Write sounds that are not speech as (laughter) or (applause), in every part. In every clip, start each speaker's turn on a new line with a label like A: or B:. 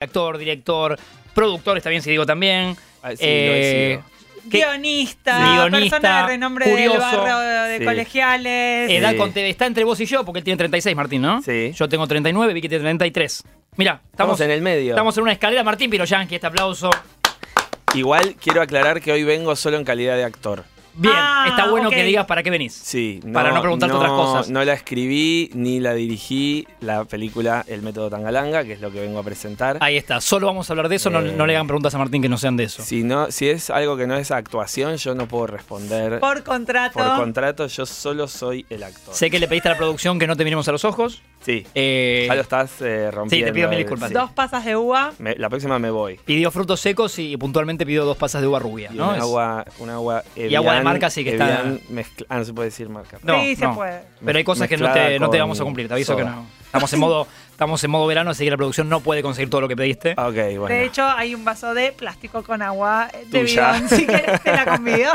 A: actor, director, productor, está bien si digo también.
B: Ah, sí,
A: Eh,
B: lo he
A: ¿qué
C: Guionista,
A: Guionista,
C: persona de renombre del
A: curioso.
C: barrio de
B: Sí.
C: colegiales.
B: Eh,
A: edad
B: Sí.
A: con- está entre vos y yo, porque él tiene 36, Martín, ¿no?
B: Sí.
A: Yo tengo 39, Vicky tiene 33. Mira,
B: Estamos,
A: estamos,
B: en el medio.
A: estamos en una escalera. Martín Piroyanqui, este aplauso.
B: Igual quiero aclarar que hoy vengo solo en calidad de actor.
A: Bien,
C: Ah,
A: está bueno
C: ok.
A: que digas para qué venís.
B: Sí.
A: Para no preguntarte otras cosas.
B: No la escribí ni la dirigí la película El método Tangalanga, que es lo que vengo a presentar.
A: Ahí está, solo vamos a hablar de eso, no,
B: Eh.
A: no le hagan preguntas a Martín que no sean de eso.
B: Si, no, si es algo que no es actuación, yo no puedo responder.
C: por contrato.
B: Por contrato, yo solo soy el actor.
A: Sé que le pediste a la producción que no te miremos a los ojos.
B: Sí.
A: Eh,
B: Ya lo estás eh, rompiendo.
A: pido mil
B: eh,
A: disculpas.
B: sí.
C: Dos pasas de uva.
B: Me- la próxima me voy.
A: pidió frutos secos y puntualmente pidió dos pasas de uva rubia.
B: Y
A: ¿no?
B: un,
A: Es-
B: agua, un agua
A: Y agua de
B: Evian-
A: marca sí que está-
B: Evian mezcla- ah, no se puede decir marca.
A: No,
C: sí, se
A: no.
C: puede.
A: Pero hay cosas que no te,
B: mezclada
A: no te
B: con
A: vamos a cumplir, te aviso
B: soda.
A: que no. Estamos en
B: (laughs)
A: modo, estamos en modo verano, así que la producción no puede conseguir todo lo que pediste.
B: Ok, bueno.
C: De hecho, hay un vaso de plástico con agua eh, de
B: Tuya.
C: bidón. Si querés, te la convido.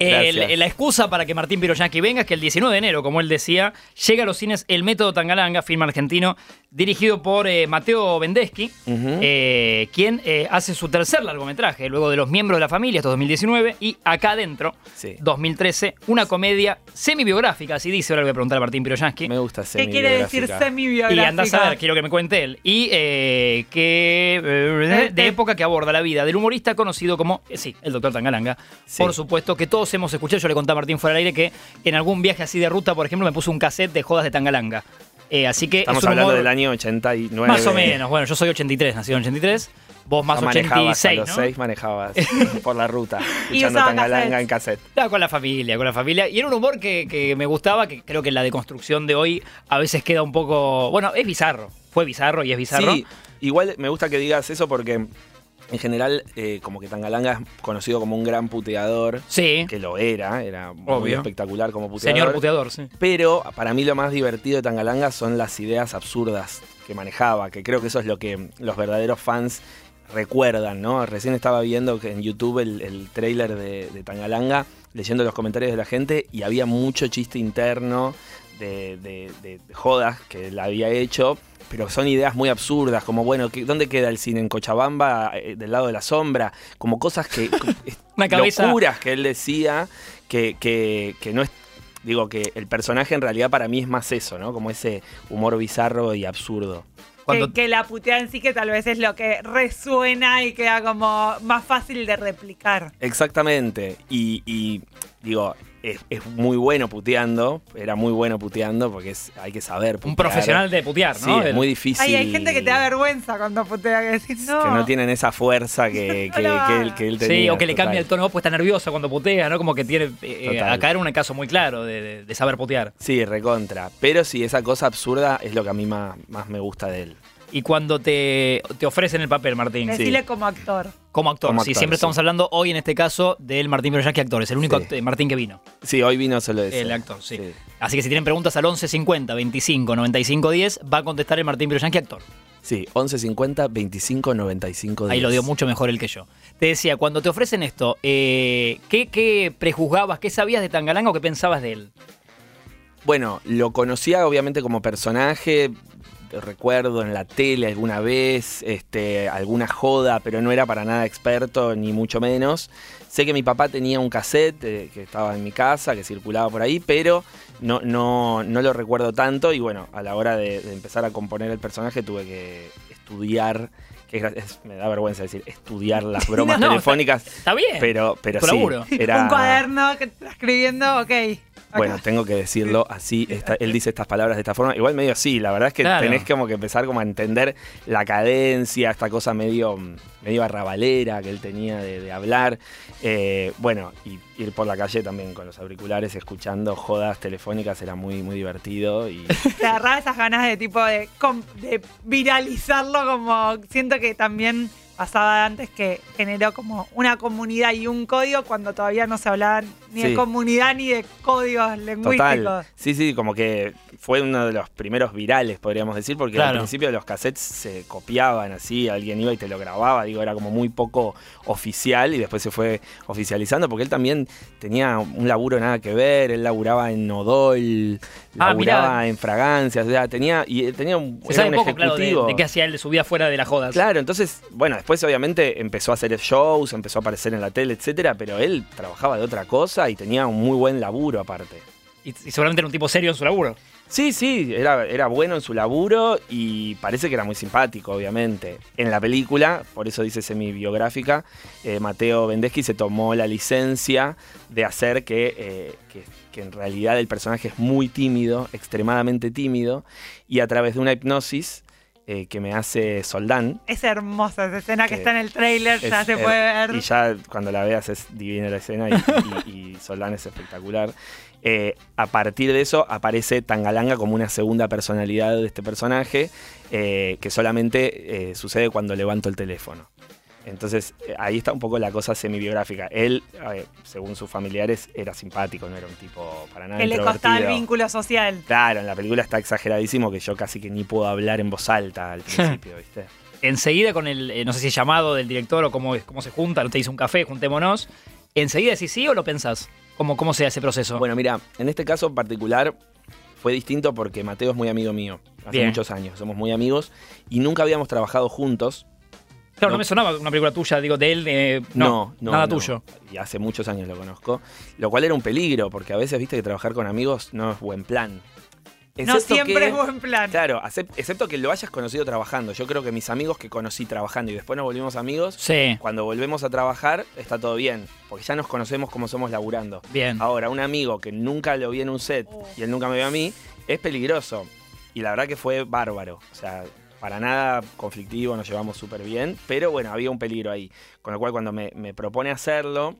A: El-
B: gracias.
A: la excusa para que Martín Piroyanqui venga es que el 19 de enero, como él decía, llega a los cines El Método Tangalanga, film argentino, dirigido por eh, Mateo Vendeschi,
B: Ujú.
A: eh, quien eh, hace su tercer largometraje, luego de Los Miembros de la Familia, esto es 2019, y Acá Adentro,
B: Sí.
A: 2013, una comedia semi-biográfica, así dice, ahora le voy a preguntar a Martín Piroyanqui.
B: Me gusta
C: ¿Qué quiere decir
B: semibiográfica.
A: Y
C: semi-biográfica?
A: anda a saber, quiero que me cuente él. Y eh, que. eh, de época que aborda la vida del humorista conocido como. eh, sí, el doctor Tangalanga.
B: Sí.
A: Por supuesto que todos hemos escuchado. Yo le conté a Martín fuera del aire que en algún viaje así de ruta, por ejemplo, me puse un cassette de jodas de Tangalanga. Eh, así que.
B: Estamos
A: es un
B: hablando
A: humor-
B: del año 89.
A: Más o menos. Bueno, yo soy 83, nacido en 83. Vos más
B: No manejabas, a
A: 86.
B: los
A: ¿no?
B: seis
A: (laughs)
B: manejabas por la ruta,
C: Y
B: escuchando
C: usaba
B: Tangalanga en cassette.
A: Estaba con la familia, con la familia. Y era un humor que, que me gustaba, que creo que la deconstrucción de hoy a veces queda un poco. Bueno, es bizarro. Fue bizarro y es bizarro.
B: Sí, igual me gusta que digas eso porque en general eh, como que Tangalanga es conocido como un gran puteador,
A: Sí.
B: que lo era, era muy
A: Obvio.
B: espectacular como puteador.
A: Señor puteador, sí.
B: Pero para mí lo más divertido de Tangalanga son las ideas absurdas que manejaba, que creo que eso es lo que los verdaderos fans recuerdan, ¿no? Recién estaba viendo que en YouTube el, el tráiler de, de Tangalanga, leyendo los comentarios de la gente, y había mucho chiste interno de, de- de jodas que la había hecho. Pero son ideas muy absurdas, como, bueno, ¿qué- ¿dónde queda el cine? ¿En Cochabamba? eh, ¿Del lado de la sombra? Como cosas que...
A: (laughs) Una cabeza-
B: Locuras que él decía que, que, que no es Digo que el personaje en realidad para mí es más eso, ¿no? Como ese humor bizarro y absurdo.
A: Cuando
C: Que, que la puteada en sí, que tal vez es lo que resuena y queda como más fácil de replicar.
B: Exactamente. Y, y, digo, es, es muy bueno puteando. Era muy bueno puteando porque es, hay que saber putear.
A: un profesional de putear,
B: Sí,
A: ¿no?
B: es
A: El-
B: muy difícil.
C: Ay, hay gente que te da vergüenza cuando putea, que decís, no.
B: Que no tienen esa fuerza
C: (laughs)
B: que, que,
C: Hola.
B: que él, que él
A: Sí,
B: tenía.
A: o que le
B: total.
A: cambia el tono, de voz, pues está nervioso cuando putea, ¿no? Como que tiene. eh,
B: Total.
A: acá era un caso muy claro de, de- de saber putear.
B: Sí, recontra. Pero sí, esa cosa absurda es lo que a mí más, más me gusta de él.
A: Y cuando te, te ofrecen el papel, Martín,
C: Decile como actor.
A: como actor.
B: Como
A: sí,
B: actor,
A: siempre
B: sí.
A: estamos hablando hoy en este caso del Martín Piroyanqui actor, es el único
B: Sí.
A: act- Martín que vino.
B: Sí, hoy vino solo ese.
A: El actor, sí. Así que si tienen preguntas al 11 50 25 95 10, va a contestar el Martín Piroyanqui actor.
B: Sí, 1150 25 95
A: Ahí lo
B: 10.
A: dio mucho mejor el que yo. Te decía, cuando te ofrecen esto, eh, ¿qué, ¿qué prejuzgabas? ¿Qué sabías de Tangalanga o qué pensabas de él?
B: Bueno, lo conocía obviamente como personaje, recuerdo en la tele alguna vez, este, alguna joda, pero no era para nada experto, ni mucho menos. Sé que mi papá tenía un cassette eh, que estaba en mi casa, que circulaba por ahí, pero no, no, no lo recuerdo tanto. Y bueno, a la hora de, de empezar a componer el personaje tuve que estudiar, que es gra- es- me da vergüenza decir, estudiar
A: (laughs)
B: las bromas
A: No,
B: telefónicas,
A: Está bien.
B: pero, pero
A: tu
B: sí,
A: laburo.
B: era...
C: Un cuaderno que está escribiendo, ok. acá.
B: Bueno, tengo que decirlo así. esta- él dice estas palabras de esta forma. Igual medio así. La verdad es que
A: Claro.
B: tenés como que empezar como a entender la cadencia, esta cosa medio, medio arrabalera que él tenía de, de hablar. Eh, bueno, y ir por la calle también con los auriculares, escuchando jodas telefónicas, era muy, muy divertido. Y
C: Te agarraba esas ganas de tipo de, com- de viralizarlo, como siento que también pasaba antes que generó como una comunidad y un código cuando todavía no se hablaban ni de
B: Sí.
C: comunidad ni de códigos lingüísticos.
B: Total. Sí, sí, como que fue uno de los primeros virales, podríamos decir, porque al
A: Claro.
B: principio los cassettes se copiaban así, alguien iba y te lo grababa, digo, era como muy poco oficial y después se fue oficializando porque él también tenía un laburo nada que ver, él laburaba en Odol,
A: Ah, mirá.
B: laburaba en fragancias, o sea, tenía y él tenía un,
A: Se
B: era
A: sabe
B: un
A: poco, claro, de,
B: ejecutivo.
A: de qué hacía él de su vida fuera de las jodas.
B: Claro, entonces, bueno, después obviamente empezó a hacer shows, empezó a aparecer en la tele, etcétera, pero él trabajaba de otra cosa y tenía un muy buen laburo aparte.
A: Y, y seguramente era un tipo serio en su laburo.
B: Sí, sí, era, era bueno en su laburo y parece que era muy simpático, obviamente. En la película, por eso dice semi-biográfica, eh, Mateo Vendeschi se tomó la licencia de hacer que, eh, que- que en realidad el personaje es muy tímido, extremadamente tímido, y a través de una hipnosis eh, que me hace Soldán.
C: Es hermosa esa escena
B: Que
C: que está en el tráiler, ya
B: es-
C: se
B: eh,
C: puede ver.
B: Y ya cuando la veas es divina la escena y, y- (laughs) y Soldán es espectacular. Eh, a partir de eso aparece Tangalanga como una segunda personalidad de este personaje eh, que solamente eh, sucede cuando levanto el teléfono. Entonces eh, ahí está un poco la cosa semibiográfica. Él, eh, según sus familiares, era simpático, no era un tipo para nada
C: que le costaba el
B: introvertido.
C: vínculo social.
B: Claro, en la película está exageradísimo que yo casi que ni puedo hablar en voz alta
C: (laughs)
B: al principio, ¿viste?
A: Enseguida con el, eh, no sé si llamado del director o cómo, es- cómo se juntan, te dice un café, juntémonos. ¿Enseguida decís sí o lo pensás? ¿Cómo, cómo se hace ese proceso?
B: Bueno, mira, en este caso en particular fue distinto porque Mateo es muy amigo mío. Hace
A: Bien.
B: muchos años, somos muy amigos y nunca habíamos trabajado juntos.
A: claro, no.
B: no.
A: me sonaba una película tuya, digo, de él. eh, no,
B: No, no.
A: nada
B: no.
A: tuyo.
B: Y hace muchos años lo conozco. Lo cual era un peligro, porque a veces viste que trabajar con amigos no es buen plan.
C: No
B: Excepto
C: siempre
B: que-
C: es buen plan.
B: Claro, acep- excepto que lo hayas conocido trabajando. Yo creo que mis amigos que conocí trabajando y después nos volvimos amigos,
A: Sí,
B: cuando volvemos a trabajar está todo bien, porque ya nos conocemos como somos laburando.
A: bien.
B: Ahora, un amigo que nunca lo vi en un set
C: Oh.
B: y él nunca me vio a mí, es peligroso. Y la verdad que fue bárbaro. O sea, para nada conflictivo, nos llevamos súper bien. Pero bueno, había un peligro ahí. Con lo cual, cuando me, me propone hacerlo,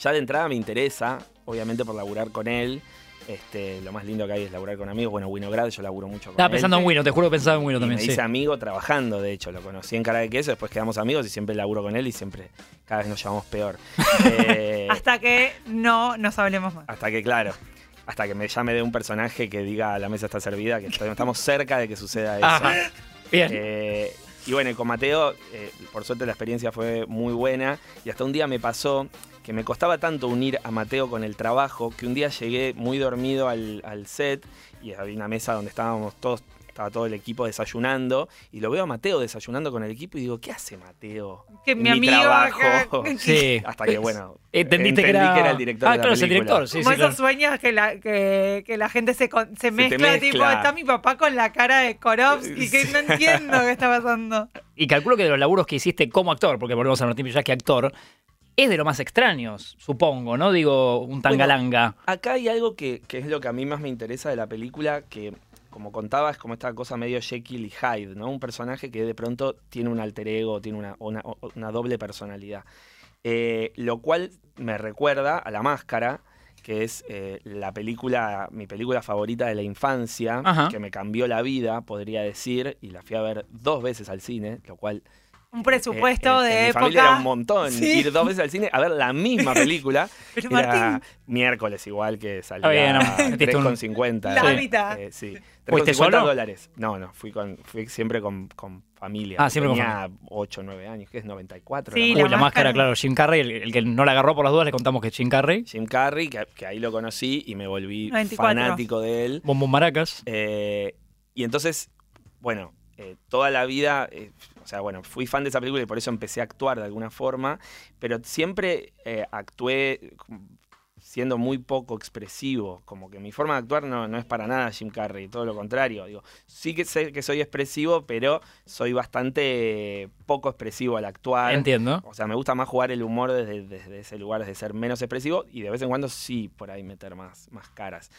B: ya de entrada me interesa, obviamente por laburar con él. Este, lo más lindo que hay es laburar con amigos. Bueno, Winograd, yo laburo mucho con
A: Estaba
B: él.
A: pensando en Wino, te juro que pensaba en Wino
B: Y me
A: también. Sí.
B: hice amigo trabajando, de hecho, lo conocí en cara de queso, después quedamos amigos y siempre laburo con él y siempre cada vez nos llevamos peor.
A: (laughs)
B: Eh,
C: Hasta que no nos hablemos más.
B: hasta que, claro, hasta que me llame de un personaje que diga la mesa está servida, que estoy- estamos cerca de que suceda eso.
A: Ajá, bien.
B: Eh, y bueno, y con Mateo, eh, por suerte la experiencia fue muy buena. Y hasta un día me pasó que me costaba tanto unir a Mateo con el trabajo que un día llegué muy dormido al, al set y había una mesa donde estábamos todos, estaba todo el equipo desayunando. Y lo veo a Mateo desayunando con el equipo y digo, ¿qué hace Mateo?
C: Que
B: en
C: mi amigo acá-
B: trabajo?" (laughs)
A: sí.
B: Hasta que, bueno,
A: Entendiste
B: entendí
A: que era...
B: el director.
A: Ah,
B: de la
A: claro, es el
B: película.
A: director, sí,
C: Como
A: sí. claro.
C: esos sueños que la, que, que la gente se, con- se
B: te
C: mezcla,
B: mezcla.
C: tipo, está mi papá con la cara de Korovsky, que no entiendo qué está pasando.
A: Y calculo que de los laburos que hiciste como actor, porque volvemos a Martín que actor, es de lo más extraños, supongo, ¿no? Digo, un tangalanga.
B: Acá hay algo que, que es lo que a mí más me interesa de la película, que como contaba es como esta cosa medio Jekyll y Hyde, ¿no? Un personaje que de pronto tiene un alter ego, tiene una, una- una doble personalidad. Eh, lo cual me recuerda a La Máscara, que es eh, la película, mi película favorita de la infancia,
A: Ajá.
B: que me cambió la vida, podría decir, y la fui a ver dos veces al cine, lo cual
C: Un presupuesto
B: en- Eh, en
C: de
B: mi
C: época.
B: familia era un montón.
C: Sí.
B: Ir dos veces al cine a ver la
C: (laughs)
B: misma película.
C: Pero
B: era
C: Martín.
B: miércoles igual que
A: Está bien,
B: salía a (laughs)
A: no, metiste un-
B: 3,50.
C: La
B: Sí.
C: mitad.
B: Eh, sí.
A: ¿Fuiste
B: 3,50
A: solo?
B: dólares. No, no, fui, con, fui siempre con, con familia.
A: Ah, siempre con
B: Tenía 8, 9 años, que es 94.
A: Uy,
B: la
C: Sí,
B: más-
A: la,
C: la
A: máscara,
C: máscara.
A: claro. Jim Carrey, el, el que no la agarró por las dudas, le contamos que es Jim Carrey.
B: Jim Carrey, que, que ahí lo conocí y me volví
C: 94.
B: fanático de él.
A: Bombón Maracas.
B: Eh, y entonces, bueno, eh, toda la vida, eh, o sea, bueno, fui fan de esa película y por eso empecé a actuar de alguna forma, pero siempre eh, actué siendo muy poco expresivo, como que mi forma de actuar no, no es para nada Jim Carrey, todo lo contrario, digo, sí que sé que soy expresivo, pero soy bastante eh, poco expresivo al actuar.
A: Entiendo.
B: O sea, me gusta más jugar el humor desde, desde ese lugar, desde ser menos expresivo y de vez en cuando sí por ahí meter más, más caras.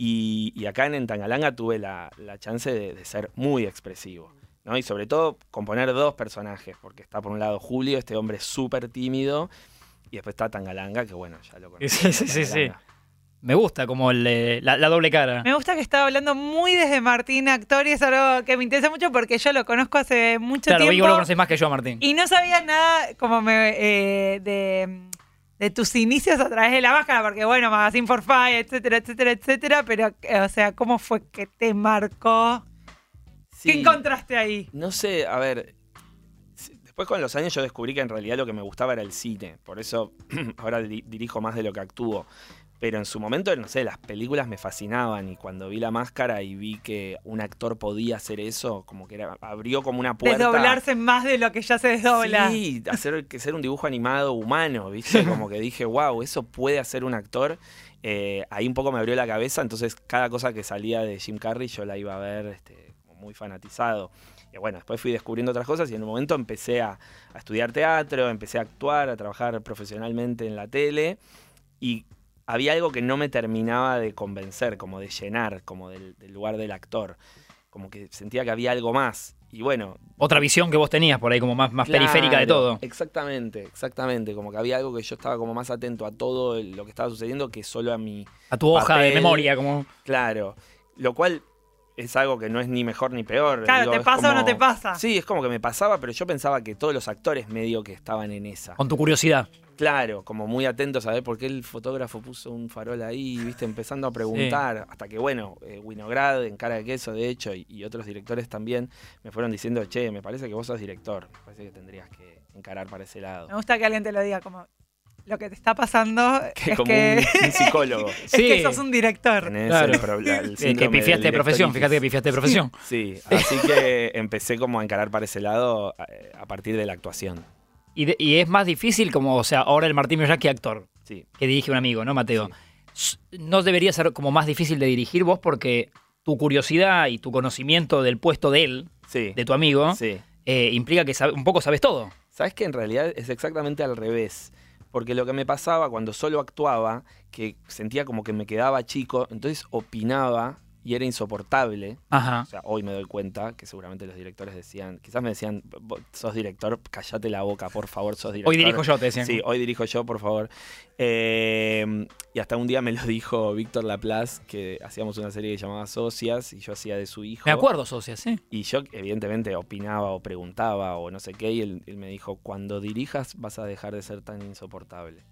B: Y, y acá en Entangalanga tuve la, la chance de, de ser muy expresivo. ¿no? Y sobre todo componer dos personajes, porque está por un lado Julio, este hombre súper tímido, y después está Tangalanga, que bueno, ya lo
A: Sí, sí,
B: conocí.
A: sí, sí. Me gusta como el, eh, la, la doble cara.
C: Me gusta que estaba hablando muy desde Martín, actor, y es algo que me interesa mucho porque yo lo conozco hace mucho
A: Claro, vi que
C: tiempo.
A: vos lo conocés más que yo, Martín.
C: Y no sabía nada como me, eh, de, de tus inicios a través de la máscara, porque bueno, Magazine for Five, etcétera, etcétera, etcétera, pero eh, o sea, ¿cómo fue que te marcó? ¿Qué
B: Sí.
C: encontraste ahí?
B: No sé, a ver. s- Después con los años yo descubrí que en realidad lo que me gustaba era el cine. Por eso (clears throat) ahora di- dirijo más de lo que actúo. Pero en su momento, no sé, las películas me fascinaban y cuando vi la máscara y vi que un actor podía hacer eso, como que era, abrió como una puerta.
C: Desdoblarse más de lo que ya se desdobla.
B: Sí, hacer, que ser un dibujo animado humano, ¿viste? Como que dije, wow, eso puede hacer un actor. Eh, ahí un poco me abrió la cabeza, entonces cada cosa que salía de Jim Carrey yo la iba a ver este, como muy fanatizado. Y bueno, después fui descubriendo otras cosas y en un momento empecé a, a estudiar teatro, empecé a actuar, a trabajar profesionalmente en la tele y había algo que no me terminaba de convencer, como de llenar, como del, del lugar del actor. Como que sentía que había algo más. Y bueno,
A: Otra visión que vos tenías por ahí, como más, más periférica de
B: Claro,
A: todo.
B: Exactamente, exactamente. Como que había algo que yo estaba como más atento a todo el- lo que estaba sucediendo que solo a mi.
A: A tu hoja de
B: papel.
A: memoria, como.
B: Claro. Lo cual es algo que no es ni mejor ni peor.
C: Claro, ¿te
B: es
C: pasa o no te pasa?
B: Sí, es como que me pasaba, pero yo pensaba que todos los actores medio que estaban en esa.
A: con tu curiosidad.
B: Claro, como muy atentos a ver por qué el fotógrafo puso un farol ahí, viste, empezando a preguntar, hasta que bueno, eh, Winograd, en cara de queso, de hecho, y, y otros directores también me fueron diciendo, che, me parece que vos sos director, me parece que tendrías que encarar para ese lado.
C: Me gusta que alguien te lo diga como lo que te está pasando
B: (laughs) que
C: es
B: como
C: que
B: (laughs) un, un psicólogo.
C: (laughs) es
A: Sí.
C: que sos un director.
B: Tenés
A: Claro.
B: el proble- el
A: Eh,
B: síndrome
A: que
B: del
A: pifiaste de profesión,
B: directoritis.
A: fíjate que pifiaste de profesión. (laughs)
B: Sí, así que empecé como a encarar para ese lado eh, a partir de la actuación.
A: Y, de- y es más difícil, como, o sea, ahora el Martín Mioya que actor,
B: Sí.
A: que dirige un amigo, ¿no, Mateo? S- ¿No debería ser como más difícil de dirigir vos porque tu curiosidad y tu conocimiento del puesto de él,
B: Sí.
A: de tu amigo,
B: sí.
A: eh, implica que sabe- un poco sabes todo?
B: Sabes que en realidad es exactamente al revés. Porque lo que me pasaba cuando solo actuaba, que sentía como que me quedaba chico, entonces opinaba y era insoportable. O
A: Ajá.
B: sea, hoy me doy cuenta que seguramente los directores decían, quizás me decían, "Vos sos director, cállate la boca, por favor, sos director.
A: Hoy dirijo yo, te decían.
B: Sí, hoy dirijo yo, por favor. Eh, y hasta un día me lo dijo Víctor Laplace, que hacíamos una serie que llamaba Socias y yo hacía de su hijo.
A: Me acuerdo, socias, sí.
B: Y yo, evidentemente, opinaba o preguntaba o no sé qué, y él, él me dijo: Cuando dirijas, vas a dejar de ser tan insoportable.